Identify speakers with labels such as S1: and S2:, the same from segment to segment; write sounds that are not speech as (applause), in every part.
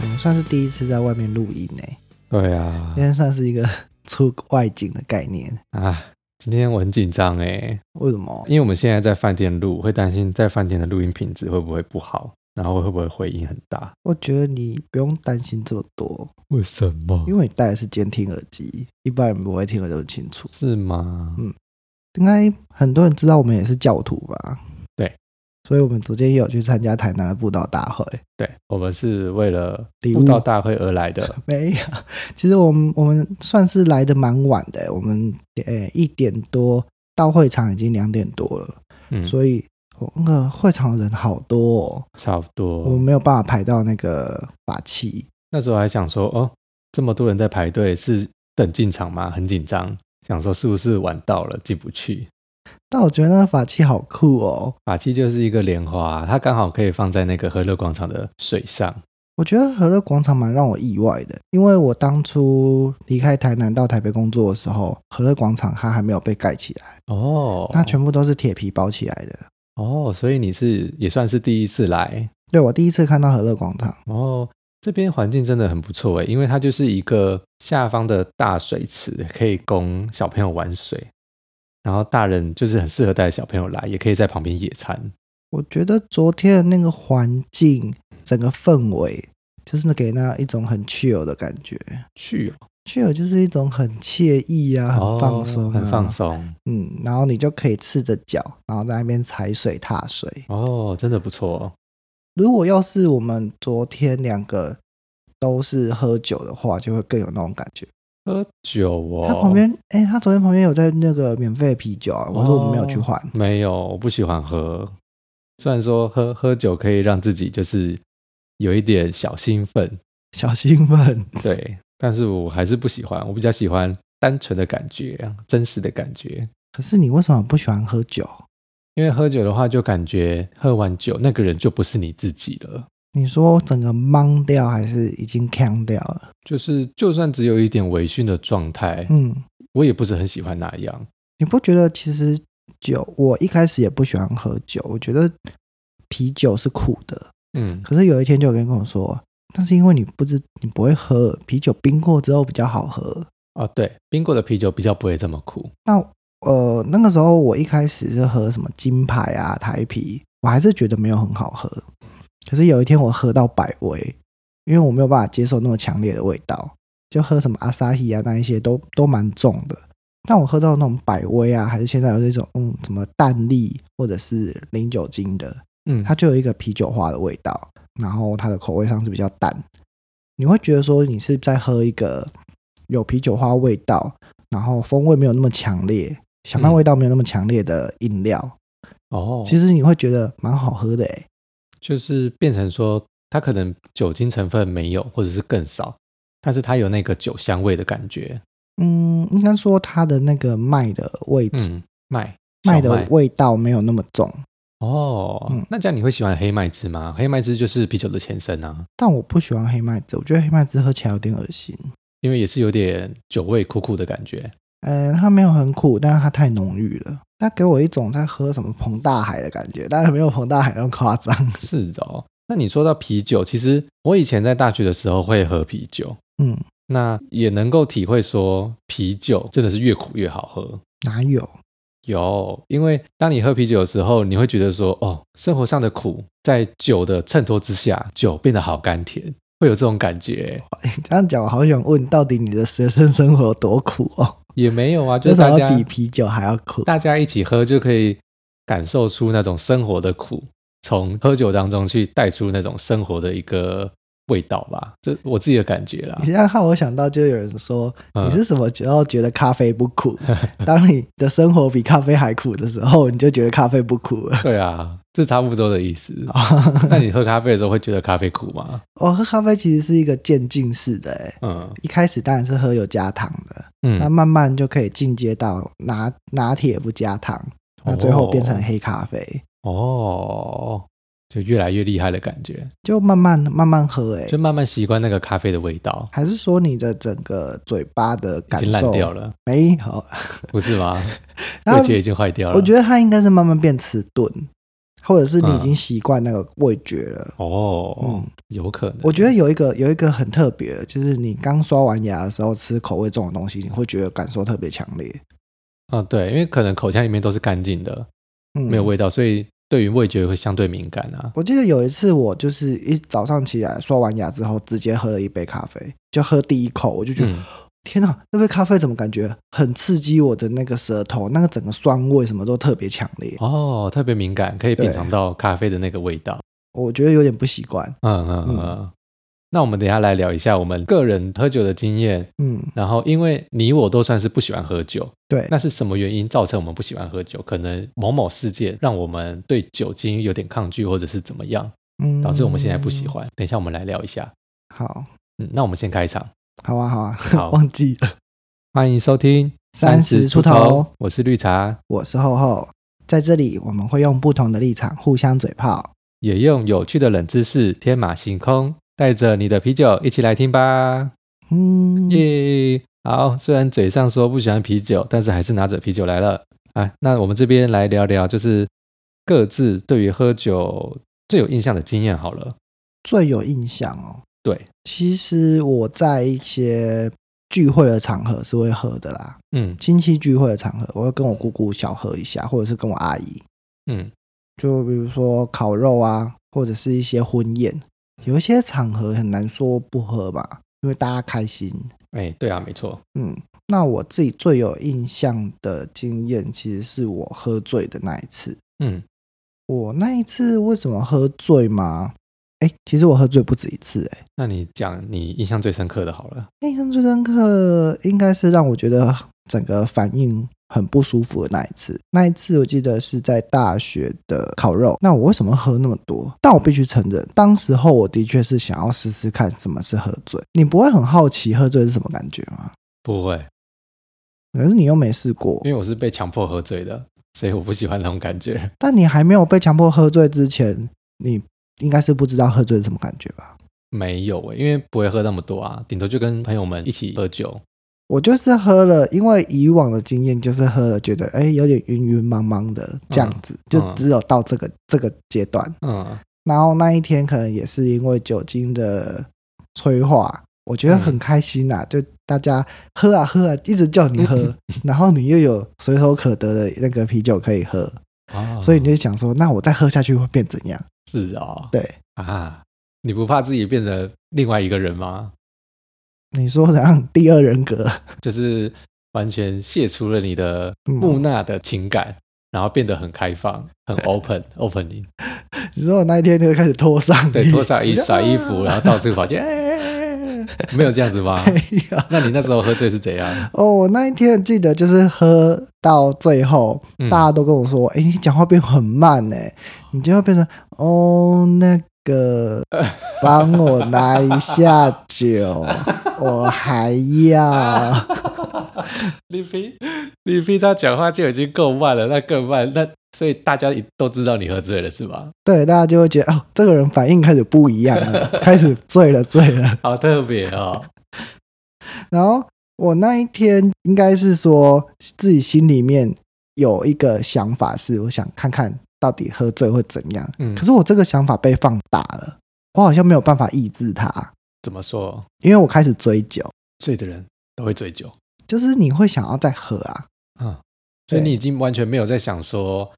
S1: 嗯算是第一次在外面录音呢、
S2: 对啊
S1: 今，天算是一个 (laughs) 出外景的概念。
S2: 啊，今天我很紧张哎，
S1: 为什么？
S2: 因为我们现在在饭店录，会担心在饭店的录音品质会不会不好，然后会不会回音很大？
S1: 我觉得你不用担心这么多，
S2: 为什么
S1: 因为你戴的是监听耳机，一般人不会听得这么清楚。
S2: 是吗？
S1: 嗯应该很多人知道我们也是教徒吧？
S2: 对，
S1: 所以我们昨天也有去参加台南的布道大会。
S2: 对，我们是为了
S1: 礼物
S2: 布道大会而来的，
S1: 没有，其实我们我们算是来的蛮晚的，欸我们呃一点多到会场已经两点多了。
S2: 嗯， (laughs)
S1: 所以我那个会场的人好多、哦，
S2: 差不
S1: 我
S2: 多。
S1: 没有办法排到那个法器。
S2: 那时候还想说，哦，这么多人在排队，是等进场吗？很紧张，想说是不是晚到了进不去？
S1: 但我觉得那个法器好酷哦，
S2: 法器就是一个莲花，它刚好可以放在那个和乐广场的水上。
S1: 我觉得和乐广场蛮让我意外的，因为我当初离开台南到台北工作的时候，和乐广场它还没有被盖起来，
S2: 哦，
S1: 它全部都是铁皮包起来的。
S2: 哦，所以你是也算是第一次来
S1: 对我第一次看到和乐广场，
S2: 哦。这边环境真的很不错诶，欸因为它就是一个下方的大水池，可以供小朋友玩水，然后大人就是很适合带小朋友来，也可以在旁边野餐。
S1: 我觉得昨天的那个环境，整个氛围，就是给那一种很 chill 的感觉。
S2: 去
S1: chill 就是一种很惬意啊，哦很放松、啊
S2: 哦很放松
S1: 嗯，然后你就可以赤着脚，然后在那边踩水踏水。
S2: 哦，真的不错。
S1: 如果要是我们昨天两个都是喝酒的话，就会更有那种感觉。
S2: 喝酒哦，
S1: 他旁边，哎、他昨天旁边有在那个免费的啤酒啊，我说我们没有去换。
S2: 没有，我不喜欢喝。虽然说喝喝酒可以让自己就是有一点小兴奋，
S1: 小兴奋， (laughs)
S2: 对，但是我还是不喜欢，我比较喜欢单纯的感觉，真实的感觉。
S1: 可是你为什么不喜欢喝酒？
S2: 因为喝酒的话，就感觉喝完酒那个人就不是你自己了，
S1: 你说整个懵掉还是已经呛掉了？
S2: 就是就算只有一点微醺的状态，
S1: 嗯，
S2: 我也不是很喜欢那样。
S1: 你不觉得其实酒，我一开始也不喜欢喝酒，我觉得啤酒是苦的，
S2: 嗯，
S1: 可是有一天就有人跟我说，但是因为你不知你不会喝啤酒，冰过之后比较好喝。
S2: 哦，对，冰过的啤酒比较不会这么苦。
S1: 那呃那个时候我一开始是喝什么金牌啊、台啤，我还是觉得没有很好喝。可是有一天我喝到百威，因为我没有办法接受那么强烈的味道，就喝什么阿萨希啊那一些都都蛮重的。但我喝到那种百威啊，还是现在有那种嗯什么淡力或者是零酒精的，
S2: 嗯，
S1: 它就有一个啤酒花的味道，然后它的口味上是比较淡，你会觉得说你是在喝一个有啤酒花味道，然后风味没有那么强烈，小麦
S2: 嗯
S1: 味道没有那么强烈的饮料，
S2: 哦，
S1: 其实你会觉得蛮好喝的欸诶、
S2: 就是变成说，它可能酒精成分没有，或者是更少，但是它有那个酒香味的感觉。
S1: 嗯，应该说它的那个麦的味、
S2: 嗯，麦
S1: 麦
S2: 小
S1: 的味道没有那么重，
S2: 哦，
S1: 嗯
S2: 那这样你会喜欢黑麦汁吗？黑麦汁就是啤酒的前身啊，
S1: 但我不喜欢黑麦汁，我觉得黑麦汁喝起来有点恶心。
S2: 因为也是有点酒味苦苦的感觉。
S1: 嗯，它没有很苦，但是它太浓郁了，它给我一种在喝什么彭大海的感觉，但是没有彭大海那么夸张。
S2: 是的哦。那你说到啤酒，其实我以前在大学的时候会喝啤酒，
S1: 嗯，
S2: 那也能够体会说啤酒真的是越苦越好喝。
S1: 哪有？ (laughs)
S2: 有，因为当你喝啤酒的时候，你会觉得说，哦，生活上的苦在酒的衬托之下，酒变得好甘甜，会有这种感觉。
S1: 这样讲，我好想问，到底你的学生生活有多苦哦？
S2: 也没有啊，就
S1: 至
S2: 是大
S1: 少要
S2: 家
S1: 比啤酒还要苦。
S2: 大家一起喝就可以感受出那种生活的苦，从喝酒当中去带出那种生活的一个味道吧，这我自己的感觉啦
S1: (laughs) 你。这样让我想到，就有人说
S2: 嗯
S1: 你是什么时候觉得咖啡不
S2: (laughs)
S1: 苦？当你的生活比咖啡还苦的时候，你就觉得咖啡不苦了。
S2: 对啊，这差不多的
S1: (laughs)
S2: 意思。那你喝咖啡的时候会觉得咖啡苦吗？
S1: 我哦喝咖啡其实是一个渐进式的，哎，
S2: 嗯
S1: 一开始当然是喝有加糖的，那
S2: 嗯，
S1: 慢慢就可以进阶到拿拿铁不加糖，那最后变成黑咖啡，
S2: 哦，就越来越厉害的感觉，
S1: 就慢慢慢慢喝，哎
S2: 就，慢慢习惯那个咖啡的味道，
S1: 还是说你的整个嘴巴的
S2: 已
S1: 感
S2: 经烂
S1: 受
S2: 掉了，
S1: 没
S2: (laughs)
S1: 有？
S2: 不是吗？
S1: (laughs) 然后
S2: 味觉已经坏掉了。
S1: 我觉得它应该是慢慢变迟钝，或者是
S2: 嗯
S1: 你已经习惯那个味觉了。
S2: 哦，
S1: 嗯
S2: 有可能。
S1: 我觉得有一个有一个很特别的，就是你刚刷完牙的时候吃口味重的东西，你会觉得感受特别强烈，
S2: 啊、对，因为可能口腔里面都是干净的，
S1: 嗯，
S2: 没有味道，所以对于味觉会相对敏感啊。
S1: 我记得有一次，我就是一早上起来刷完牙之后，直接喝了一杯咖啡，就喝第一口，我就觉得、
S2: 嗯，
S1: 天哪，那杯咖啡怎么感觉很刺激我的那个舌头，那个整个酸味什么都特别强烈，
S2: 哦，特别敏感，可以品
S1: 对
S2: 尝到咖啡的那个味道。
S1: 我觉得有点不习惯。
S2: 嗯嗯嗯。
S1: 嗯
S2: 嗯那我们等一下来聊一下我们个人喝酒的经验。
S1: 嗯，
S2: 然后，因为你我都算是不喜欢喝酒，
S1: 对，
S2: 那是什么原因造成我们不喜欢喝酒？可能某某事件让我们对酒精有点抗拒，或者是怎么样，
S1: 嗯
S2: 导致我们现在不喜。欢。等一下我们来聊一下。
S1: 好，
S2: 嗯，那我们先开场。
S1: 好啊，好啊，(laughs)
S2: 好，
S1: 忘记了，
S2: 欢迎收听
S1: 三十出头，，
S2: 我是绿茶，
S1: 我是厚厚，在这里我们会用不同的立场互相嘴炮。
S2: 也用有趣的冷知识天马行空，带着你的啤酒一起来听吧，
S1: 嗯，
S2: 耶、好，虽然嘴上说不喜欢啤酒，但是还是拿着啤酒来了。啊，那我们这边来聊聊，就是各自对于喝酒最有印象的经验好了。
S1: 最有印象哦。
S2: 对，
S1: 其实我在一些聚会的场合是会喝的啦，
S2: 嗯
S1: 亲戚聚会的场合，我会跟我姑姑小喝一下，或者是跟我阿姨，
S2: 嗯，
S1: 就比如说烤肉啊，或者是一些婚宴，有一些场合很难说不喝吧，因为大家开心。
S2: 哎、对啊，没错。
S1: 嗯，那我自己最有印象的经验，其实是我喝醉的那一次。
S2: 嗯，
S1: 我那一次为什么喝醉吗？哎、其实我喝醉不止一次、诶
S2: 那你讲你印象最深刻的好了。
S1: 印象最深刻应该是让我觉得整个反应很不舒服的那一次。那一次我记得是在大学的烤肉。那我为什么喝那么多？但我必须承认，当时候我的确是想要试试看什么是喝醉。你不会很好奇喝醉是什么感觉吗？
S2: 不会，
S1: 可是你又没试过
S2: 因，为我是被强迫喝醉的，所以我不喜欢那种感觉。
S1: 但你还没有被强迫喝醉之前，你应该是不知道喝醉是什么感觉吧？
S2: 没有欸因为不会喝那么多啊，顶多就跟朋友们一起喝酒。
S1: 我就是喝了，因为以往的经验就是喝了，觉得哎、诶有点晕晕茫茫的这样子，就只有到这个、这个阶段。
S2: 嗯
S1: 然后那一天可能也是因为酒精的催化，我觉得很开心啊，就大家喝啊喝啊，一直叫你喝，然后你又有随手可得的那个啤酒可以喝，
S2: 啊
S1: 所以你就想说，那我再喝下去会变怎样？
S2: 是啊、
S1: 对，
S2: 啊，你不怕自己变成另外一个人吗？
S1: 你说怎样？第二人格？
S2: 就是完全卸除了你的
S1: 嗯
S2: 木讷的情感，然后变得很开放、
S1: (laughs)
S2: 很 open、opening，
S1: 你说我那一天就会开始脱上衣，
S2: 对，脱上衣、
S1: 我就啊
S2: 甩
S1: (laughs)
S2: 衣服，然后到处跑去，没有这样子吗？
S1: 没有。
S2: 那你那时候喝醉是怎样？
S1: 哎哦，我那一天记得就是喝到最后，
S2: 嗯
S1: 大家都跟我说：“哎、你讲话变很慢呢、你就会变成哦那个，帮我拿一下
S2: (laughs)
S1: 酒，我还要。
S2: 李飞，李飞他讲话就已经够慢了，那更慢，那所以大家都知道你喝醉了是吧？”
S1: 对，大家就会觉得哦，这个人反应开始不一样了，开始醉了醉了。
S2: 好特别哦，
S1: 然后我那一天应该是说自己心里面有一个想法是，我想看看到底喝醉会怎样。
S2: 嗯
S1: 可是我这个想法被放大了，我好像没有办法抑制它，
S2: 怎么说？
S1: 因为我开始追酒，
S2: 醉的人都会醉酒，
S1: 就是你会想要再喝啊。
S2: 所以
S1: 对
S2: 你已经完全没有在想说，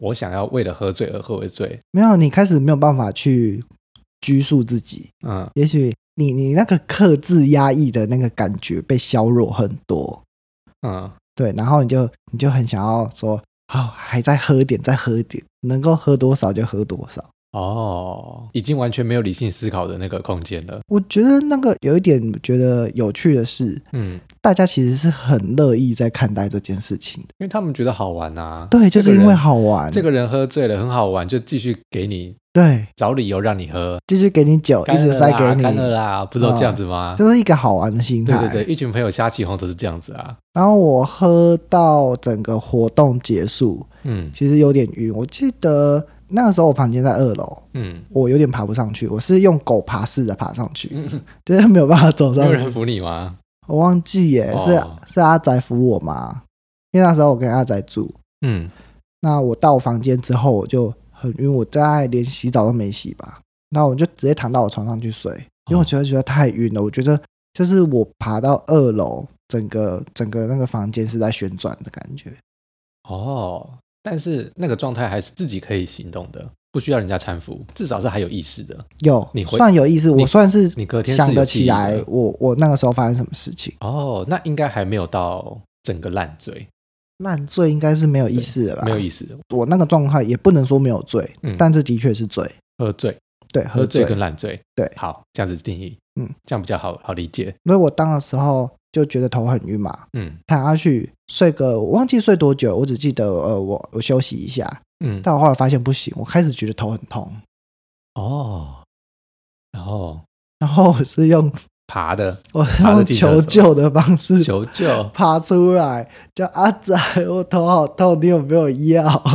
S2: 我想要为了喝醉而喝醉。
S1: 没有，你开始没有办法去拘束自己，
S2: 嗯，
S1: 也许你你那个克制压抑的那个感觉被削弱很多，
S2: 嗯，
S1: 对，然后你就你就很想要说，哦，还再喝一点，再喝一点，能够喝多少就喝多少。
S2: 哦，已经完全没有理性思考的那个空间了。
S1: 我觉得那个有一点觉得有趣的是，
S2: 嗯，
S1: 大家其实是很乐意在看待这件事情的。
S2: 因为他们觉得好玩啊。
S1: 对，就
S2: 这
S1: 是
S2: 个人
S1: 因为好玩，
S2: 这个人喝醉了很好玩，就继续给你
S1: 对，
S2: 找理由让你喝，
S1: 继续给你酒，一
S2: 干
S1: 直
S2: 了
S1: 塞
S2: 啦
S1: 给
S2: 干了
S1: 你，嗯
S2: 啦，不都这样子吗？
S1: 就是一个好玩的心
S2: 对
S1: 态。
S2: 对对，一群朋友瞎起哄都是这样子啊。
S1: 然后我喝到整个活动结束，
S2: 嗯
S1: 其实有点晕。我记得那个时候我房间在二楼，
S2: 嗯，
S1: 我有点爬不上去，我是用狗爬式的爬上去，
S2: 嗯
S1: (laughs) 就是没有办法走
S2: 没
S1: 上
S2: 有
S1: 去。
S2: 人扶你吗？
S1: 我忘记耶，
S2: 哦
S1: 是是阿仔扶我吗？因为那时候我跟阿仔住，
S2: 嗯
S1: 那我到房间之后，我就很晕，我大概连洗澡都没洗吧。那我就直接躺到我床上去睡，因为我觉得觉得太晕了。我觉得就是我爬到二楼，整个整个那个房间是在旋转的感觉。
S2: 哦，但是那个状态还是自己可以行动的，不需要人家搀扶，至少是还有意识的。
S1: 有
S2: 你，会
S1: 算有意思。
S2: 你
S1: 我算是
S2: 你隔天是
S1: 想
S2: 有
S1: 得
S2: 记忆
S1: 起来
S2: 的，
S1: 我我那个时候发生什么事情。
S2: 哦，那应该还没有到整个烂醉，
S1: 烂醉应该是没有意思的吧？
S2: 没有意思。
S1: 我那个状态也不能说没有醉，
S2: 嗯
S1: 啊但这的确是醉。
S2: 喝醉、
S1: 对，
S2: 喝
S1: 喝
S2: 醉
S1: 醉。
S2: 跟烂醉，
S1: 对
S2: 好，这样子定义，
S1: 嗯，
S2: 这样比较好好理解。
S1: 所以我当的时候就觉得头很晕嘛，
S2: 嗯
S1: 躺下去睡个，我忘记睡多久，我只记得呃，我我休息一下。
S2: 嗯，
S1: 但我后来发现不行，我开始觉得头很痛，
S2: 哦，然后
S1: 然后我是用
S2: 爬的
S1: 我是
S2: 爬得
S1: 用
S2: 进厕所
S1: 求救的方式
S2: 求救，
S1: (laughs) 爬出来，叫阿仔，我头好痛，你有没有药？ (laughs)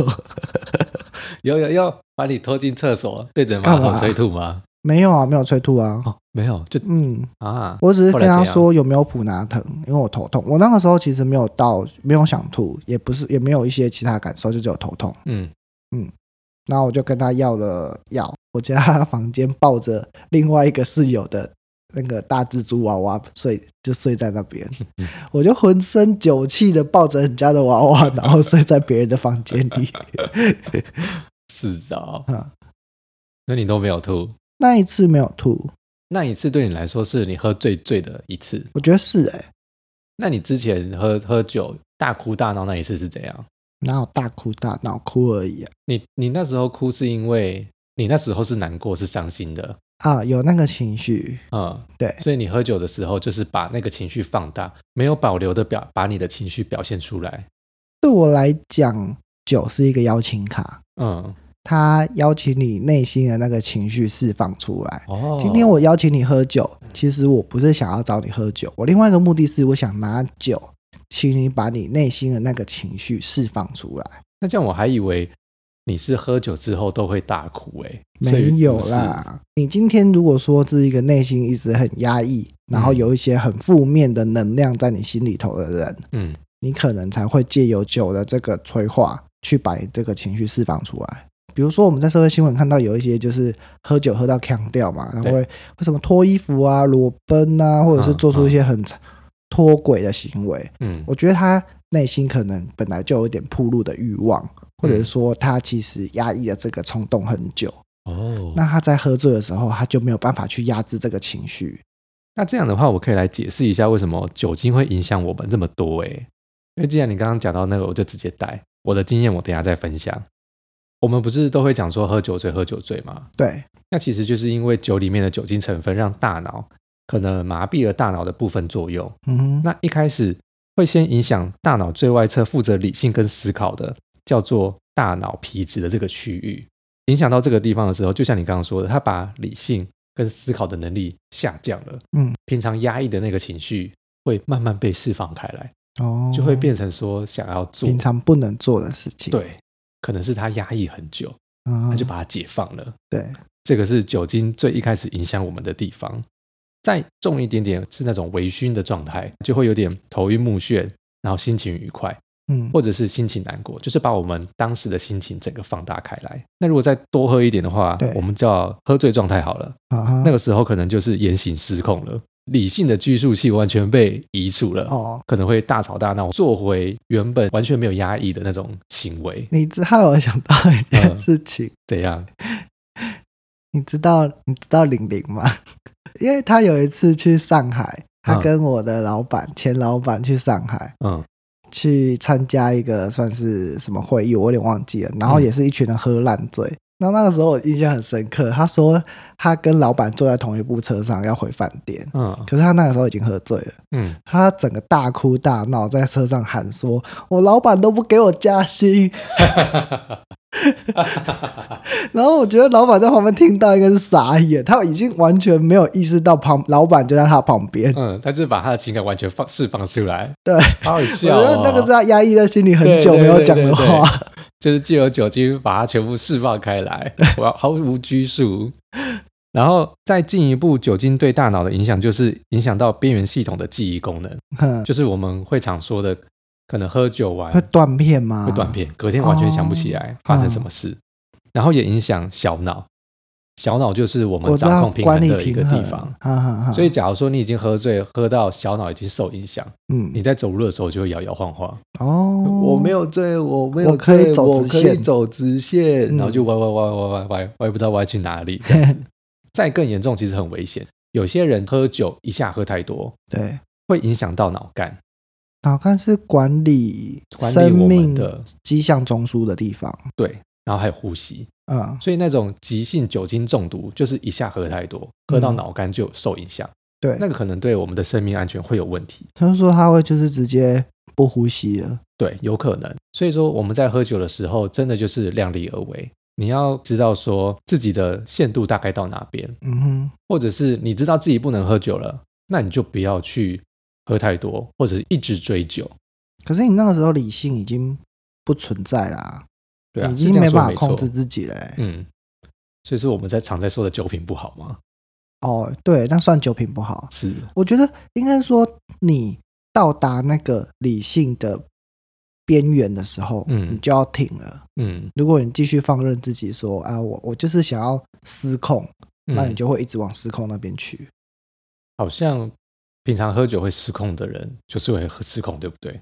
S2: 有有有，把你拖进厕所，对准马
S1: 干嘛
S2: 桶催吐吗？
S1: 没有啊，没有催吐啊。
S2: 哦，没有，就
S1: 嗯，
S2: 啊，
S1: 我只是
S2: 后
S1: 跟
S2: 来
S1: 他
S2: 怎样
S1: 说有没有普拿疼，因为我头痛。我那个时候其实没有到没有想吐，也不是也没有一些其他感受，就只有头痛。
S2: 嗯，
S1: 然后我就跟他要了药。我家房间抱着另外一个室友的那个大蜘蛛娃娃睡，就睡在那边。我就浑身酒气的抱着人家的娃娃，然后睡在别人的房间里。
S2: 是的哦
S1: 嗯，
S2: 那你都没有吐，
S1: 那一次没有吐，
S2: 那一次对你来说是你喝最醉的一次。
S1: 我觉得是哎、
S2: 那你之前喝喝酒大哭大闹那一次是怎样？
S1: 哪有大哭大闹哭而已啊
S2: 你你那时候哭是因为你那时候是难过是伤心的，
S1: 啊，有那个情绪，
S2: 嗯，
S1: 对
S2: 所以你喝酒的时候就是把那个情绪放大，没有保留的表把你的情绪表现出来，
S1: 对我来讲，酒是一个邀请卡，
S2: 嗯，
S1: 它邀请你内心的那个情绪释放出来。
S2: 哦，
S1: 今天我邀请你喝酒，其实我不是想要找你喝酒，我另外一个目的是我想拿酒，请你把你内心的那个情绪释放出来。
S2: 那这样我还以为你是喝酒之后都会大哭诶、所以
S1: 没有
S2: 不是，
S1: 啦，你今天如果说是一个内心一直很压抑，然后有一些很负面的能量在你心里头的人，
S2: 嗯，
S1: 你可能才会借由酒的这个催化，去把你这个情绪释放出来。比如说，我们在社会新闻看到有一些就是喝酒喝到腔掉嘛，然后
S2: 对
S1: 会会什么脱衣服啊、裸奔啊，或者是
S2: 嗯
S1: 做出一些很脱轨的行为。
S2: 嗯
S1: 我觉得他内心可能本来就有点铺路的欲望，或
S2: 嗯
S1: 者是说他其实压抑了这个冲动很久。
S2: 哦，
S1: 那他在喝醉的时候，他就没有办法去压制这个情绪。
S2: 那这样的话，我可以来解释一下为什么酒精会影响我们这么多诶、因为既然你刚刚讲到那个，我就直接带我的经验，我等一下再分享。我们不是都会讲说喝酒醉，喝酒醉吗？
S1: 对，
S2: 那其实就是因为酒里面的酒精成分让大脑可能麻痹了大脑的部分作用。
S1: 嗯哼，
S2: 那一开始会先影响大脑最外侧负责理性跟思考的，叫做大脑皮质的这个区域，影响到这个地方的时候，就像你刚刚说的，它把理性跟思考的能力下降了。
S1: 嗯，
S2: 平常压抑的那个情绪会慢慢被释放开来，
S1: 哦，
S2: 就会变成说想要做
S1: 平常不能做的事情。，
S2: 对，可能是他压抑很久，
S1: 嗯
S2: 他就把它解放了。
S1: 对，
S2: 这个是酒精最一开始影响我们的地方。再重一点点是那种微醺的状态，就会有点头晕目眩，然后心情愉快，
S1: 嗯，
S2: 或者是心情难过，就是把我们当时的心情整个放大开来。那如果再多喝一点的话
S1: 对，
S2: 我们叫喝醉状态好了。
S1: 啊哈
S2: 那个时候可能就是言行失控了，理性的拘束器完全被移除了，
S1: 哦，
S2: 可能会大吵大闹，做回原本完全没有压抑的那种行为。
S1: 你知害我想到一件
S2: 嗯
S1: 事情，
S2: 怎样？
S1: 你知道你知道玲玲吗？ (laughs) 因为她有一次去上海，她
S2: 嗯
S1: 跟我的老板、前老板去上海
S2: 嗯
S1: 去参加一个算是什么会议，我有点忘记了。然后
S2: 嗯
S1: 也是一群人喝烂醉。然后那个时候我印象很深刻，她说她跟老板坐在同一部车上要回饭店，
S2: 嗯
S1: 可是她那个时候已经喝醉了，
S2: 嗯，
S1: 他整个大哭大闹，在车上喊说：“我老板都不给我加薪。” (laughs) 然后我觉得老板在旁边听到应该是傻眼，他已经完全没有意识到旁老板就在他旁边。
S2: (laughs) 嗯，他就是把他的情感完全放释放出来，
S1: 对，
S2: 好好
S1: 我
S2: 笑、
S1: 觉得
S2: 哦。
S1: 那个是他压抑在心里很
S2: 对
S1: 久
S2: 对
S1: 没有
S2: 对
S1: 讲的
S2: 对对
S1: 话。
S2: 就是借由酒精把它全部释放
S1: (laughs)
S2: 开来，我要毫无拘束。然后再进一步，酒精对大脑的影响就是影响到边缘系统的记忆功能，
S1: 哼
S2: 就是我们会常说的，可能喝酒完
S1: 会断片吗？哦
S2: 会断。片，隔天完全想不起来发生什么事。然后也影响小脑。小脑就是我们
S1: 我知
S2: 掌
S1: 道
S2: 控平
S1: 管
S2: 衡
S1: 理
S2: 的一
S1: 平
S2: 个
S1: 衡
S2: 地方。
S1: 哈哈哈。
S2: 所以，假如说你已经喝醉，喝到小脑已经受影响，
S1: 嗯
S2: 你在走路的时候就会摇摇晃晃。
S1: 哦，
S2: 我没有醉，我没有
S1: 我可以
S2: 醉
S1: 走
S2: 我
S1: 直
S2: 可以
S1: 线
S2: 走直线，
S1: 嗯
S2: 然后就歪歪歪歪歪歪歪不知道歪去哪里。这样子再更严重，其实很危险。有些人喝酒一下喝太多，
S1: 对，
S2: 会影响到脑干，
S1: 脑干是管理
S2: 管理
S1: 生
S2: 我们
S1: 命
S2: 的
S1: 迹象中枢的地方。
S2: 对，然后还有呼吸。
S1: 嗯，
S2: 所以那种急性酒精中毒，就是一下喝太多，喝到
S1: 嗯
S2: 脑干就受影响。
S1: 对
S2: 那。个可能对我们的生命安全会有问题。
S1: 他说他会就是直接不呼吸了。
S2: 对，有可能。所以说我们在喝酒的时候，真的就是量力而为。你要知道说自己的限度大概到哪边，
S1: 嗯哼，
S2: 或者是你知道自己不能喝酒了，那你就不要去喝太多，或者是一直追酒。
S1: 可是你那个时候理性已经不存在啦，
S2: 对啊，
S1: 你
S2: 是
S1: 已
S2: 这
S1: 经
S2: 样
S1: 没
S2: 说
S1: 办法控制
S2: 错。
S1: 自己了欸、
S2: 嗯，所以是我们在常在说的酒品不好吗？
S1: 哦，对，那算酒品不好。
S2: 是，
S1: 我觉得应该说，你到达那个理性的边缘的时候，
S2: 嗯
S1: 你就要停了。
S2: 嗯，
S1: 如果你继续放任自己说啊，我我就是想要失控，那你
S2: 嗯
S1: 就会一直往失控那边去。
S2: 好像平常喝酒会失控的人，就是会喝失控，对不对？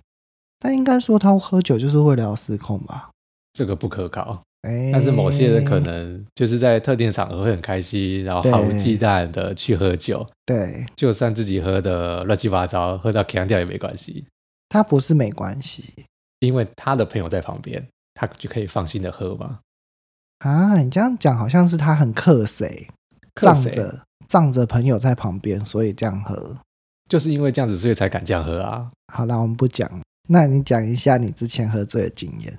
S1: 但应该说，他喝酒就是为了要失控吧？
S2: 这个不可靠。
S1: 哎，
S2: 但是某些人可能就是在特定场合会很开心，然后
S1: 对
S2: 毫无忌惮的去喝酒，
S1: 对
S2: 就算自己喝的乱七八糟，喝到呛掉也没关系，
S1: 他不是没关系
S2: 因为他的朋友在旁边，他就可以放心的喝嘛。
S1: 啊。你这样讲好像是他很克谁，
S2: 克
S1: 仗
S2: 谁
S1: 着仗着朋友在旁边，所以这样喝。
S2: 就是因为这样子，所以才敢这样喝啊。
S1: 好啦，我们不讲。那你讲一下你之前喝醉的经验。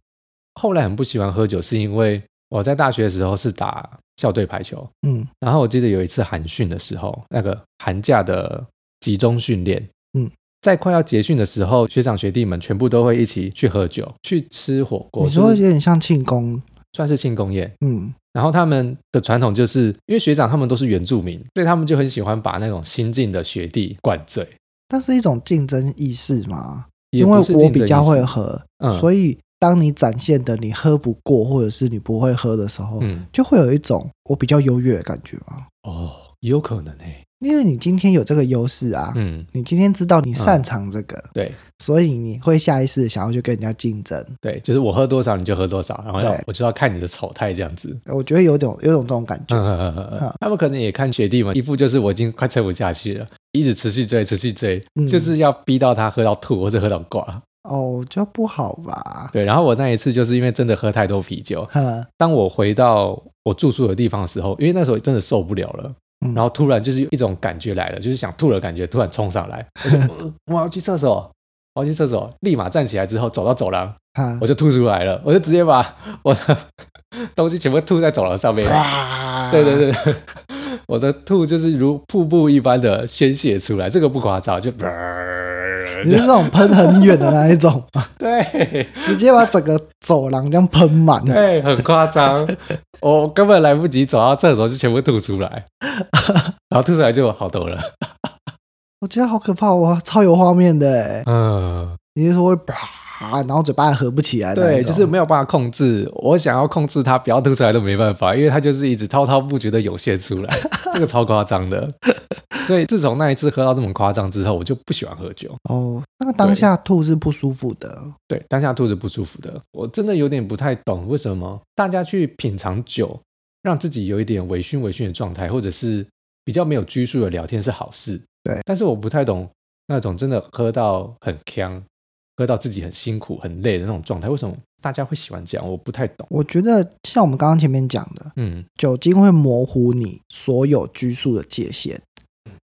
S2: 后来很不喜欢喝酒，是因为我在大学的时候是打校队排球，
S1: 嗯
S2: 然后我记得有一次寒训的时候，那个寒假的集中训练，
S1: 嗯，
S2: 在快要结训的时候，学长学弟们全部都会一起去喝酒，去吃火锅，
S1: 你说
S2: 就是
S1: 有点像庆功，
S2: 算是庆功宴。
S1: 嗯，
S2: 然后他们的传统就是，因为学长他们都是原住民，所以他们就很喜欢把那种新进的学弟灌醉。
S1: 但是一种竞争意识嘛。
S2: 也
S1: 因为
S2: 不是
S1: 我
S2: 竞争
S1: 比
S2: 意
S1: 较
S2: 识
S1: 会，喝，
S2: 嗯，以
S1: 所以当你展现的你喝不过，或者是你不会喝的时候，
S2: 嗯，
S1: 就会有一种我比较优越的感觉嘛。
S2: 哦，也有可能诶、
S1: 因为你今天有这个优势啊，
S2: 嗯，
S1: 你今天知道你擅长这个，
S2: 对
S1: 所以你会下意识地想要去跟人家竞争。
S2: 对，就是我喝多少你就喝多少，然后要
S1: 对
S2: 我就要看你的丑态这样子。
S1: 我觉得有种有种这种感觉，
S2: 嗯嗯嗯嗯嗯，他们可能也看学弟们一副就是我已经快撑不下去了，一直持续追，持续追，
S1: 嗯
S2: 就是要逼到他喝到吐或者喝到挂。
S1: 哦，就不好吧？
S2: 对，然后我那一次就是因为真的喝太多啤酒，
S1: 哼，
S2: 当我回到我住宿的地方的时候，因为那时候真的受不了了，
S1: 嗯
S2: 然后突然就是有一种感觉来了，就是想吐的感觉突然冲上 (laughs) 来，我就、呃我要去厕所，我要去厕所，立马站起来之后走到走廊，
S1: 哈
S2: 我就吐出来了，我就直接把我的东西全部吐在走廊上面。
S1: 哇
S2: (laughs) 对对，对，我的吐就是如瀑布一般的宣泄出来，这个不夸张，就 (laughs)
S1: 你是这种喷很远的那一种吗， (laughs)
S2: 对
S1: 直接把整个走廊这样喷满。
S2: 对，很夸张，我根本来不及走到厕所就全部吐出来，然后吐出来就好多了。
S1: 我觉得好可怕，哇，超有画面的欸。
S2: 嗯，
S1: 你是说会啪，然后嘴巴也合不起来那
S2: (laughs) 对，
S1: 一种？
S2: 就是没有办法控制，我想要控制它不要吐出来都没办法，因为它就是一直滔滔不绝的涌现出来，这个超夸张的。所以自从那一次喝到这么夸张之后，我就不喜欢喝酒。
S1: 哦，那个当下吐是不舒服的。
S2: 对，当下肚子不舒服的，我真的有点不太懂为什么大家去品尝酒，让自己有一点微醺微醺的状态，或者是比较没有拘束的聊天是好事。
S1: 对，
S2: 但是我不太懂那种真的喝到很呛，喝到自己很辛苦、很累的那种状态，为什么大家会喜欢这样？我不太懂。
S1: 我觉得像我们刚刚前面讲的，
S2: 嗯，
S1: 酒精会模糊你所有拘束的界限。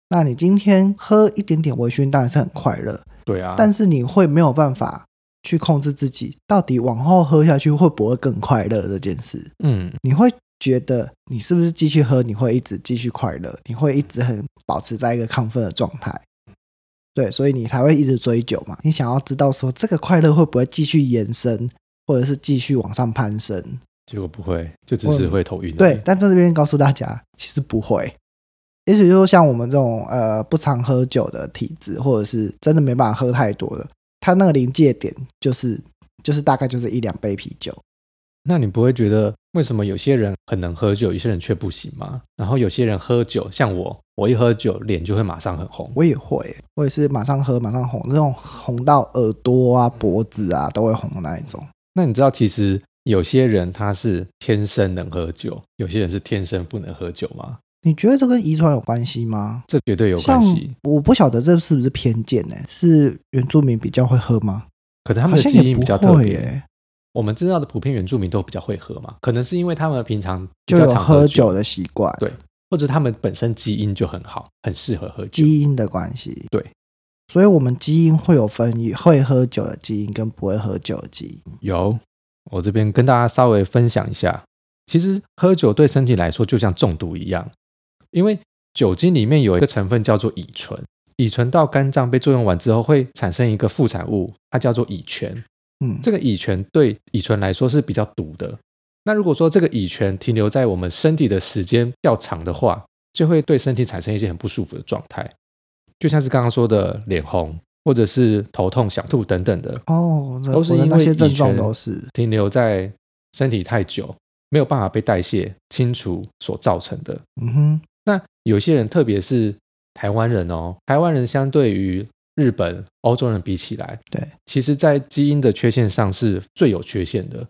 S1: 那你今天喝一点点微醺，当然是很快乐，
S2: 对啊，
S1: 但是你会没有办法去控制自己，到底往后喝下去会不会更快乐这件事。
S2: 嗯，
S1: 你会觉得你是不是继续喝，你会一直继续快乐，你会一直很保持在一个亢奋的状态。对，所以你才会一直追酒嘛。你想要知道说这个快乐会不会继续延伸，或者是继续往上攀升？
S2: 结果不会，就只
S1: 我
S2: 是会头晕而已。
S1: 对，但在这边告诉大家，其实不会。也许就是像我们这种呃不常喝酒的体质，或者是真的没办法喝太多的，它那个临界点就是就是大概就是一两杯啤酒。
S2: 那你不会觉得为什么有些人很能喝酒，有些人却不行吗？然后有些人喝酒，像我，我一喝酒脸就会马上很红。
S1: 我也会，我也是马上喝马上红，这种红到耳朵啊、脖子啊都会红的那一种。
S2: 那你知道，其实有些人他是天生能喝酒，有些人是天生不能喝酒吗？
S1: 你觉得这跟遗传有关系吗？
S2: 这绝对有关
S1: 像
S2: 系。
S1: 我不晓得这是不是偏见呢、是原住民比较会喝吗？
S2: 可能他
S1: 好
S2: 们的
S1: 像
S2: 基
S1: 也
S2: 因
S1: 不
S2: 比较特
S1: 会耶、
S2: 别。我们知道的普遍原住民都比较会喝嘛，可能是因为他们平常比
S1: 就
S2: 较
S1: 有
S2: 常
S1: 喝
S2: 酒
S1: 酒，的习惯，
S2: 对或者他们本身基因就很好，很适合喝酒。
S1: 基因的关系。
S2: 对，
S1: 所以我们基因会有分会喝酒的基因跟不会喝酒的基因。
S2: 有，我这边跟大家稍微分享一下，其实喝酒对身体来说就像中毒一样，因为酒精里面有一个成分叫做乙醇，乙醇到肝脏被作用完之后会产生一个副产物，它叫做乙醛。
S1: 嗯，
S2: 这个乙醛对乙醇来说是比较毒的。那如果说这个乙醛停留在我们身体的时间较长的话，就会对身体产生一些很不舒服的状态，就像是刚刚说的脸红，或者是头痛、想吐等等的。
S1: 哦，这
S2: 都是
S1: 我的
S2: 因
S1: 那
S2: 为
S1: 些
S2: 乙
S1: 症状
S2: 醛
S1: 都是
S2: 停留在身体太久，没有办法被代谢清除所造成的。
S1: 嗯哼，
S2: 那有些人，特别是台湾人哦，台湾人相对于日本、欧洲人比起来，
S1: 对，
S2: 其实在基因的缺陷上是最有缺陷的。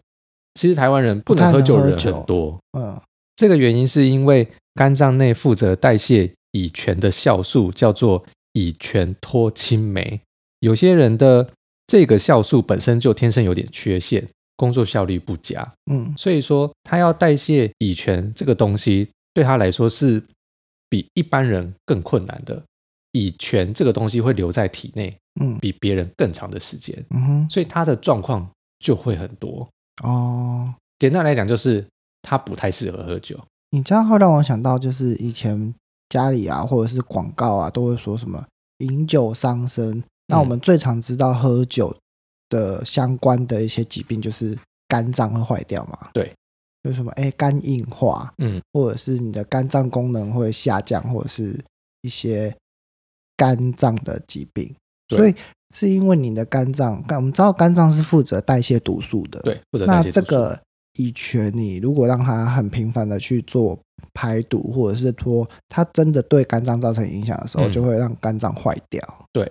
S2: 其实台湾人不
S1: 不太
S2: 能喝
S1: 能
S2: 酒
S1: 喝
S2: 的人
S1: 酒
S2: 很多，
S1: 嗯，
S2: 这个原因是因为肝脏内负责代谢乙醛的酵素叫做乙醛脱氢酶。有些人的这个酵素本身就天生有点缺陷，工作效率不佳，
S1: 嗯，
S2: 所以说他要代谢乙醛这个东西，对他来说是比一般人更困难的。乙醛这个东西会留在体内，
S1: 嗯
S2: 比别人更长的时间，
S1: 嗯哼，
S2: 所以他的状况就会很多。
S1: 哦，
S2: 简单来讲，就是他不太适合喝酒。
S1: 你这样会让我想到，就是以前家里啊，或者是广告啊，都会说什么饮酒伤身。那
S2: 嗯
S1: 我们最常知道喝酒的相关的一些疾病，就是肝脏会坏掉嘛？
S2: 对，
S1: 就是什么哎肝硬化，
S2: 嗯，
S1: 或者是你的肝脏功能会下降，或者是一些肝脏的疾病。
S2: 对
S1: 所以是因为你的肝脏，肝我们知道肝脏是负责代谢毒素的，
S2: 对，或者代
S1: 那
S2: 谢
S1: 这
S2: 毒素
S1: 个乙醛，你如果让它很频繁的去做排毒，或者是说它真的对肝脏造成影响的时候，
S2: 嗯
S1: 就会让肝脏坏掉。
S2: 对，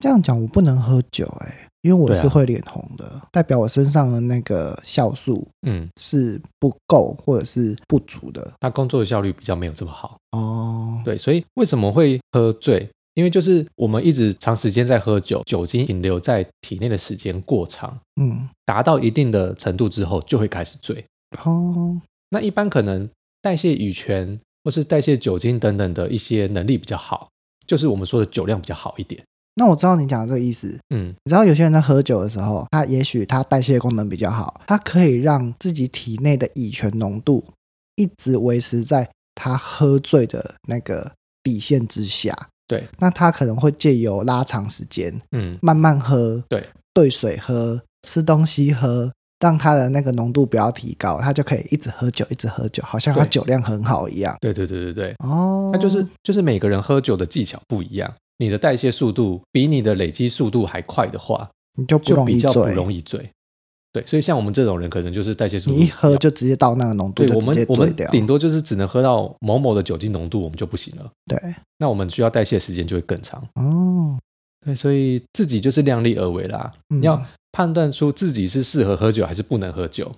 S1: 这样讲，我不能喝酒哎、因为我
S2: 对啊
S1: 是会脸红的，代表我身上的那个酵素
S2: 嗯，
S1: 是不够或者是不足的
S2: 他工作的效率比较没有这么好，
S1: 哦。
S2: 对，所以为什么会喝醉？因为就是我们一直长时间在喝酒，酒精停留在体内的时间过长，
S1: 嗯，
S2: 达到一定的程度之后就会开始醉。
S1: 哦，
S2: 那一般可能代谢乙醛或是代谢酒精等等的一些能力比较好，就是我们说的酒量比较好一点。
S1: 那我知道你讲的这个意思。
S2: 嗯，
S1: 你知道有些人在喝酒的时候，他也许他代谢功能比较好，他可以让自己体内的乙醛浓度一直维持在他喝醉的那个底线之下。
S2: 对，
S1: 那他可能会借由拉长时间，
S2: 嗯，
S1: 慢慢喝，
S2: 对，
S1: 兑水喝，吃东西喝，让他的那个浓度不要提高，他就可以一直喝酒，一直喝酒，好像他
S2: 对
S1: 酒量很好一样。
S2: 对对对对对，
S1: 哦，
S2: 那就是就是每个人喝酒的技巧不一样，你的代谢速度比你的累积速度还快的话，
S1: 你就不
S2: 就
S1: 容易
S2: 比较不
S1: 醉，
S2: 容易醉。对，所以像我们这种人，可能就是代谢速度
S1: 你一
S2: 比
S1: 喝
S2: 较
S1: 就直接到那个浓度
S2: 对
S1: 就
S2: 我
S1: 直接
S2: 们我
S1: 醉
S2: 们
S1: 掉。
S2: 顶多就是只能喝到某某的酒精浓度，我们就不行了。
S1: 对，
S2: 那我们需要代谢时间就会更长。
S1: 哦，
S2: 对，所以自己就是量力而为啦，
S1: 嗯
S2: 要判断出自己是适合喝酒还是不能喝酒，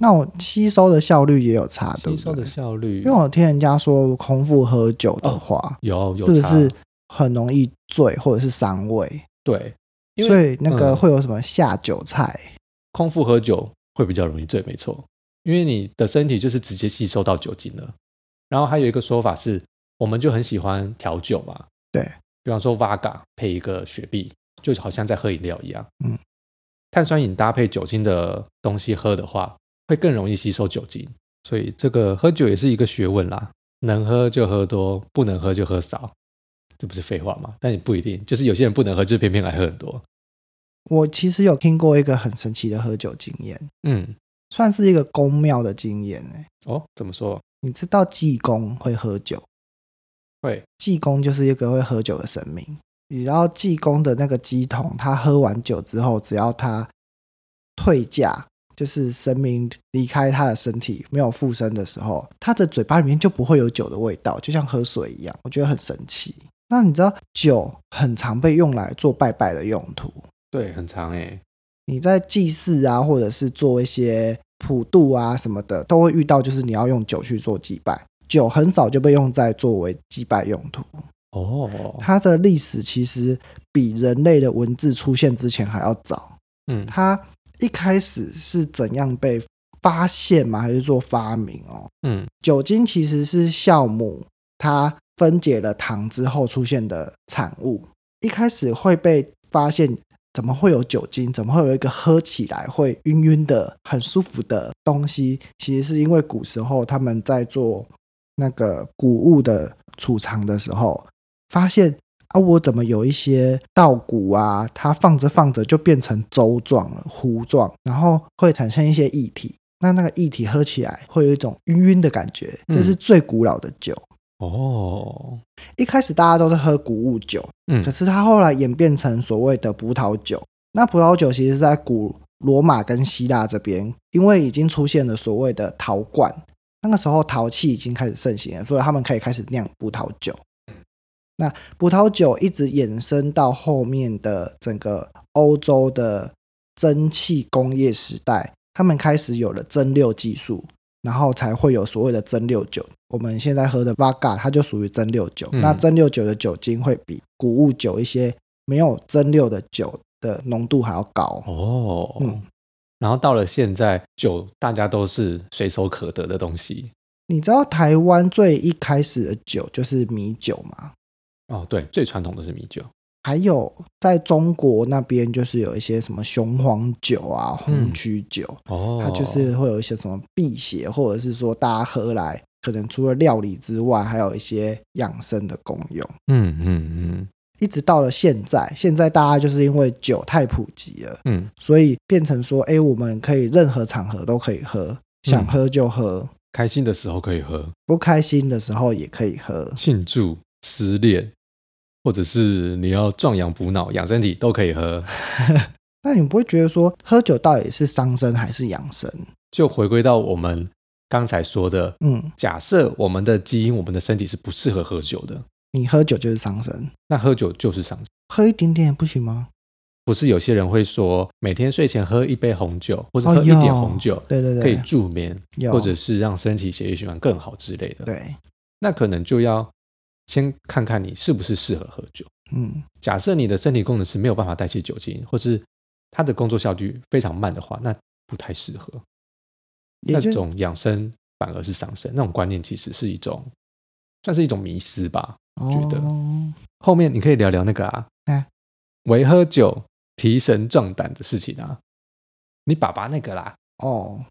S1: 那我吸收的效率也有差，啊对
S2: 吸
S1: 不
S2: 收
S1: 对
S2: 的？效率
S1: 因为我听人家说，空腹喝酒的话，
S2: 有哦有
S1: 是不
S2: 差，
S1: 是很容易醉或者是伤胃？
S2: 对，因为
S1: 所以那个
S2: 嗯
S1: 会有什么下酒菜？
S2: 空腹喝酒会比较容易醉，没错，因为你的身体就是直接吸收到酒精了。然后还有一个说法是，我们就很喜欢调酒嘛，
S1: 对，
S2: 比方说 Vaga 配一个雪碧，就好像在喝饮料一样。
S1: 嗯，
S2: 碳酸饮搭配酒精的东西喝的话，会更容易吸收酒精，所以这个喝酒也是一个学问啦。能喝就喝多，不能喝就喝少，这不是废话吗？但也不一定，就是有些人不能喝，就是偏偏爱喝很多。
S1: 我其实有听过一个很神奇的喝酒经验，
S2: 嗯，
S1: 算是一个宫庙的经验、欸、
S2: 哦，怎么说？
S1: 你知道济公会喝酒？
S2: 会，
S1: 济公就是一个会喝酒的神明。你知道济公的那个鸡桶，他喝完酒之后，只要他退驾，就是神明离开他的身体没有附身的时候，他的嘴巴里面就不会有酒的味道，就像喝水一样，我觉得很神奇。那你知道酒很常被用来做拜拜的用途，
S2: 对，很长哎、
S1: 你在祭祀啊，或者是做一些普渡啊什么的，都会遇到，就是你要用酒去做祭拜。酒很早就被用在作为祭拜用途，
S2: 哦，
S1: 它的历史其实比人类的文字出现之前还要早。
S2: 嗯，
S1: 它一开始是怎样被发现吗？还是做发明哦？
S2: 嗯，
S1: 酒精其实是酵母它分解了糖之后出现的产物。一开始会被发现，怎么会有酒精？怎么会有一个喝起来会晕晕的、很舒服的东西？其实是因为古时候他们在做那个谷物的储藏的时候，发现啊，我怎么有一些稻谷啊，它放着放着就变成粥状了、糊状，然后会产生一些液体。那那个液体喝起来会有一种晕晕的感觉，
S2: 嗯
S1: 这是最古老的酒。
S2: 哦，
S1: 一开始大家都是喝谷物酒，
S2: 嗯
S1: 可是它后来演变成所谓的葡萄酒。那葡萄酒其实是在古罗马跟希腊这边，因为已经出现了所谓的陶罐，那个时候陶器已经开始盛行了，所以他们可以开始酿葡萄酒。那葡萄酒一直衍生到后面的整个欧洲的蒸汽工业时代，他们开始有了蒸馏技术，然后才会有所谓的蒸馏酒。我们现在喝的 Vodka 它就属于蒸馏酒，
S2: 嗯
S1: 那蒸馏酒的酒精会比谷物酒一些没有蒸馏的酒的浓度还要高。
S2: 哦，
S1: 嗯
S2: 然后到了现在，酒大家都是随手可得的东西。
S1: 你知道台湾最一开始的酒就是米酒吗？
S2: 哦，对，最传统的是米酒。
S1: 还有在中国那边就是有一些什么雄黄酒啊、红曲酒，
S2: 哦，
S1: 它就是会有一些什么辟邪，或者是说大家喝来可能除了料理之外，还有一些养生的功用。
S2: 嗯嗯
S1: 一直到了现在，现在大家就是因为酒太普及了，
S2: 嗯嗯，
S1: 所以变成说，哎、我们可以任何场合都可以喝，
S2: 嗯
S1: 想喝就喝，
S2: 开心的时候可以喝，
S1: 不开心的时候也可以喝。
S2: 庆祝失恋，或者是你要壮阳补脑、养身体都可
S1: (laughs)
S2: 以喝。
S1: 那你不会觉得说，喝酒到底是伤身还是养生？
S2: 就回归到我们刚才说的，
S1: 嗯，
S2: 假设我们的基因、我们的身体是不适合喝酒的，
S1: 你喝酒就是伤身，
S2: 那喝酒就是伤身。
S1: 喝一点点不行吗？
S2: 不是有些人会说，每天睡前喝一杯红酒，或者
S1: 哦
S2: 喝一
S1: 有
S2: 点红酒，
S1: 对对对，
S2: 可以助眠，
S1: 有
S2: 或者是让身体血液循环更好之类的。，
S1: 对，
S2: 那可能就要先看看你是不是适合喝酒。
S1: 嗯，
S2: 假设你的身体功能是没有办法代谢酒精，或是它的工作效率非常慢的话，那不太适合。
S1: 也
S2: 那
S1: 就
S2: 种养生反而是伤身，那种观念其实是一种算是一种迷思吧。觉得
S1: 哦、
S2: 后面你可以聊聊那个啊，
S1: 嗯
S2: 为喝酒提神壮胆的事情啊，你爸爸那个啦，
S1: 哦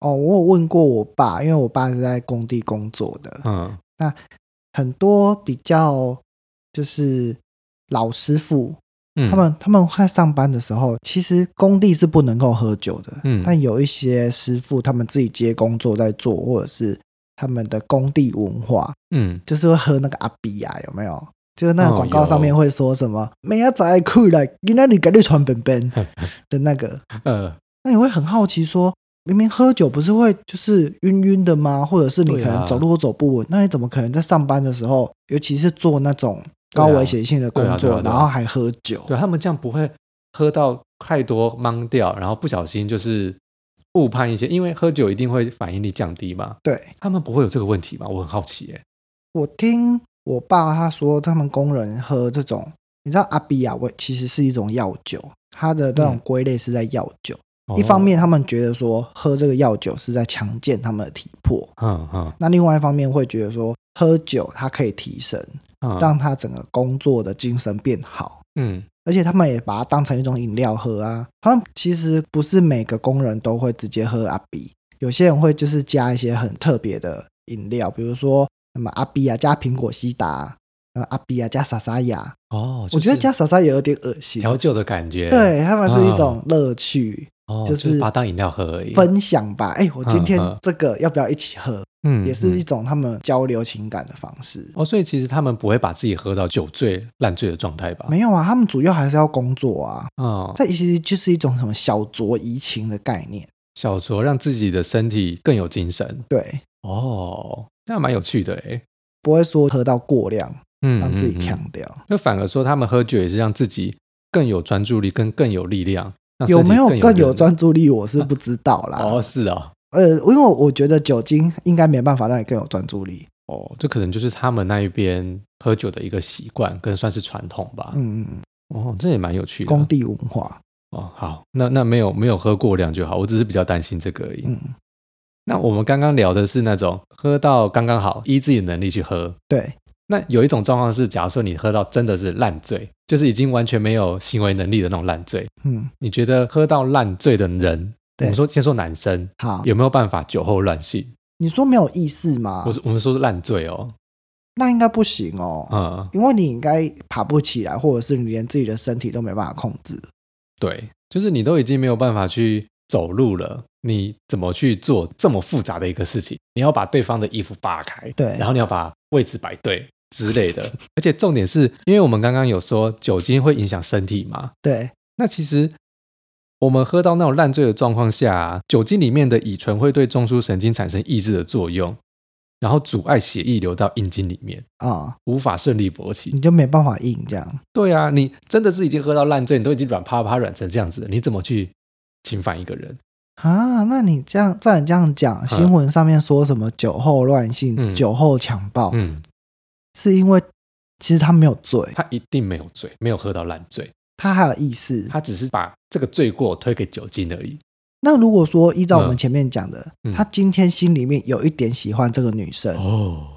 S1: 哦，我有问过我爸，因为我爸是在工地工作的，
S2: 嗯
S1: 很多比较就是老师傅，
S2: 嗯，
S1: 他们他们在上班的时候，其实工地是不能够喝酒的，
S2: 嗯
S1: 但有一些师傅他们自己接工作在做，或者是他们的工地文化，
S2: 嗯
S1: 就是会喝那个阿比呀、有没有？就是那个
S2: 哦
S1: 广告上面
S2: 有
S1: 会说什么“明仔载去了，今仔日给你传本
S2: (laughs)
S1: 本”的那个，
S2: 呃
S1: 那你会很好奇说，明明喝酒不是会就是晕晕的吗？或者是你
S2: 对
S1: 可
S2: 啊
S1: 能走路都走不稳，那你怎么可能在上班的时候，尤其是做那种高
S2: 对啊
S1: 危险性的工
S2: 对啊对
S1: 作，
S2: 啊对啊
S1: 然后还喝酒？
S2: 对他们这样不会喝到太多懵掉，然后不小心就是误判一些，因为喝酒一定会反应力降低嘛，
S1: 对
S2: 他们不会有这个问题吗？我很好奇耶、
S1: 我听我爸他说，他们工人喝这种，你知道阿比亚味其实是一种药酒，它的这种
S2: 嗯
S1: 归类是在药酒。
S2: 哦
S1: 一方，面，他们觉得说喝这个药酒是在强健他们的体魄；
S2: 嗯嗯
S1: 那另外一方面，会觉得说喝酒它可以提神，
S2: 嗯，
S1: 让他整个工作的精神变好。
S2: 嗯
S1: 而且他们也把它当成一种饮料喝啊。他们其实不是每个工人都会直接喝阿比，有些人会就是加一些很特别的饮料，比如说什么阿比啊加苹果西达，呃阿比啊加莎莎雅。
S2: 哦，
S1: 我觉得
S2: 就是
S1: 加莎莎也有点恶心。
S2: 调酒的感觉，
S1: 对他们是一种乐趣、
S2: 哦，
S1: 就
S2: 就是把它当饮料喝而已。
S1: 分享吧。哎、我今天
S2: 嗯嗯
S1: 这个要不要一起喝？
S2: 嗯
S1: 也是一
S2: 嗯
S1: 种他们交流情感的方式。
S2: 哦，所以其实他们不会把自己喝到酒醉、烂醉的状态吧？
S1: 没有啊，他们主要还是要工作啊。
S2: 哦，
S1: 这其实就是一种什么小酌怡情的概念。
S2: 小酌让自己的身体更有精神
S1: 对，
S2: 哦，那蛮有趣的欸诶。
S1: 不会说喝到过量
S2: 嗯，
S1: 让自己
S2: 嗯嗯
S1: 强掉。
S2: 就反而说他们喝酒也是让自己更有专注力，跟更有力量。让身
S1: 有
S2: 体
S1: 没有更有
S2: 韧
S1: 专注力，我是不知道啦。
S2: (laughs) 哦，是啊，
S1: 呃，因为我觉得酒精应该没办法让你更有专注力。
S2: 哦，这可能就是他们那一边喝酒的一个习惯，跟算是传统吧。
S1: 嗯，嗯
S2: 哦，这也蛮有趣
S1: 嗯
S2: 的。
S1: 工地文化。
S2: 哦，好，那那没有没有喝过量就好，我只是比较担心这个而已。
S1: 嗯，
S2: 那我们刚刚聊的是那种喝到刚刚好，依自己的能力去喝。
S1: 对，
S2: 那有一种状况是，假如说你喝到真的是烂醉，就是已经完全没有行为能力的那种烂醉。
S1: 嗯，
S2: 你觉得喝到烂醉的人，我
S1: 对啊
S2: 们说先说男生
S1: 好。
S2: 有没有办法酒后乱性？
S1: 你说没有意识吗
S2: 我？我们说是烂醉哦，
S1: 那应该不行哦，
S2: 嗯，
S1: 因为你应该爬不起来，或者是你连自己的身体都没办法控
S2: 嗯
S1: 制。
S2: 对，就是你都已经没有办法去走路了，你怎么去做这么复杂的一个事情？你要把对方的衣服扒开，
S1: 对
S2: 然后你要把位置摆对之类
S1: (laughs)
S2: 的。而且重点是，因为我们刚刚有说酒精会影响身体嘛，
S1: 对，
S2: 那其实我们喝到那种烂醉的状况下啊、酒精里面的乙醇会对中枢神经产生抑制的作用，然后阻碍血液流到阴茎里面，
S1: 啊、
S2: 无法顺利勃起。
S1: 你就没办法硬这样。
S2: 对啊，你真的是已经喝到烂醉，你都已经软趴趴、软成这样子了，你怎么去侵犯一个人？
S1: 啊，那你这样，照你这样讲，新闻上面说什么酒后乱性、
S2: 嗯
S1: 酒后强暴，
S2: 嗯，
S1: 是因为其实他没有醉，
S2: 他一定没有醉，没有喝到烂醉，
S1: 他还有意识。
S2: 他只是把这个罪过推给酒精而已。
S1: 那如果说依照我们
S2: 嗯
S1: 前面讲的，
S2: 嗯
S1: 他今天心里面有一点喜欢这个女生，
S2: 哦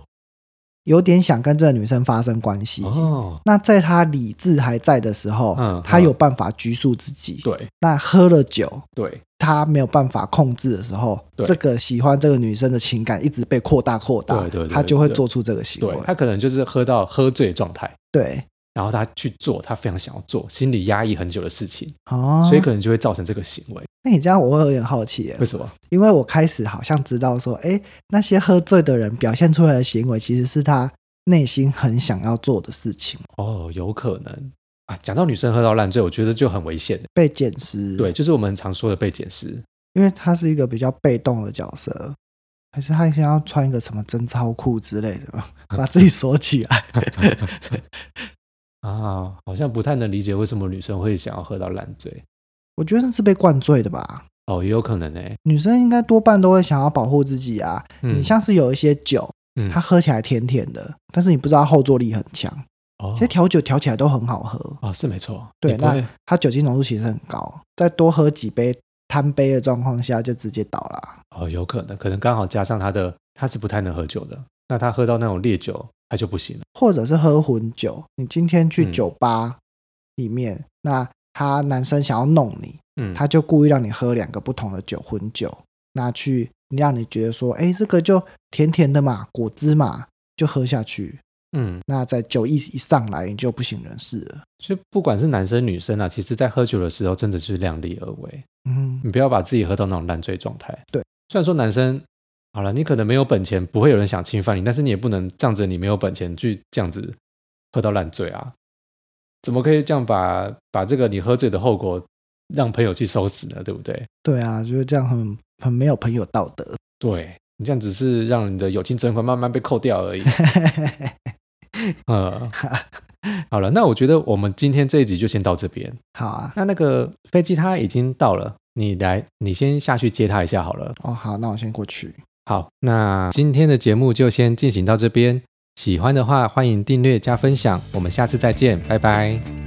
S1: 有点想跟这个女生发生关系，
S2: 哦，
S1: 那在他理智还在的时候，
S2: 嗯
S1: 他
S2: 嗯
S1: 有办法拘束自己。
S2: 对
S1: 那喝了酒，
S2: 对，
S1: 他没有办法控制的时候，
S2: 对
S1: 这个喜欢这个女生的情感一直被扩大扩大，
S2: 对对对
S1: 他就会
S2: 对
S1: 做出这个行为
S2: 对。他可能就是喝到喝醉状态，
S1: 对，
S2: 然后他去做他非常想要做、心里压抑很久的事情，
S1: 哦，
S2: 所以可能就会造成这个行为。
S1: 那你这样我会有点好奇耶
S2: 为，什么？
S1: 因为我开始好像知道说，哎，那些喝醉的人表现出来的行为，其实是他内心很想要做的事情，
S2: 哦，有可能啊。讲到女生喝到烂醉，我觉得就很危险的。
S1: 被捡拾。
S2: 对，，就是我们常说的被捡尸。
S1: 因为他是一个比较被动的角色，还是他想要穿一个什么贞操裤之类的， (laughs) 把自己锁起来。哦
S2: 啊，好像不太能理解为什么女生会想要喝到烂醉。
S1: 我觉得那是被灌醉的吧。
S2: 哦，也有可能哎、
S1: 女生应该多半都会想要保护自己啊。
S2: 嗯
S1: 你像是有一些酒，
S2: 嗯
S1: 它喝起来甜甜的，但是你不知道它后坐力很强。
S2: 哦
S1: 其实调酒调起来都很好喝，
S2: 哦是没错，
S1: 对
S2: 你不会
S1: 它酒精浓度其实很高，再多喝几杯贪杯的状况下就直接倒了。
S2: 哦有可能，可能刚好加上她的她是不太能喝酒的，那她喝到那种烈酒，她就不行了。
S1: 或者是喝混酒，你今天去
S2: 嗯
S1: 酒吧里面，那他男生想要弄你，
S2: 嗯，
S1: 他就故意让你喝两个不同的酒混酒，那去让你觉得说，哎，这个就甜甜的嘛，果汁嘛，就喝下去。
S2: 嗯，
S1: 那在酒意一上来，你就不省人事了。
S2: 就不管是男生女生啊，其实在喝酒的时候，真的是量力而为，
S1: 嗯，
S2: 你不要把自己喝到那种烂醉状态。
S1: 对，
S2: 虽然说男生好了，你可能没有本钱，不会有人想侵犯你，但是你也不能仗着你没有本钱去这样子喝到烂醉啊！怎么可以这样把把这个你喝醉的后果让朋友去收拾呢？对不对？
S1: 对啊，就是这样很很没有朋友道德。
S2: 对你这样只是让你的友情存款慢慢被扣掉而已。呃，好了，那我觉得我们今天这一集就先到这边。
S1: 好啊，
S2: 那那个飞机它已经到了，你来，你先下去接它一下好了。
S1: 哦好，那我先过去。
S2: 好，那今天的节目就先进行到这边。喜欢的话，欢迎订阅加分享。我们下次再见，拜拜。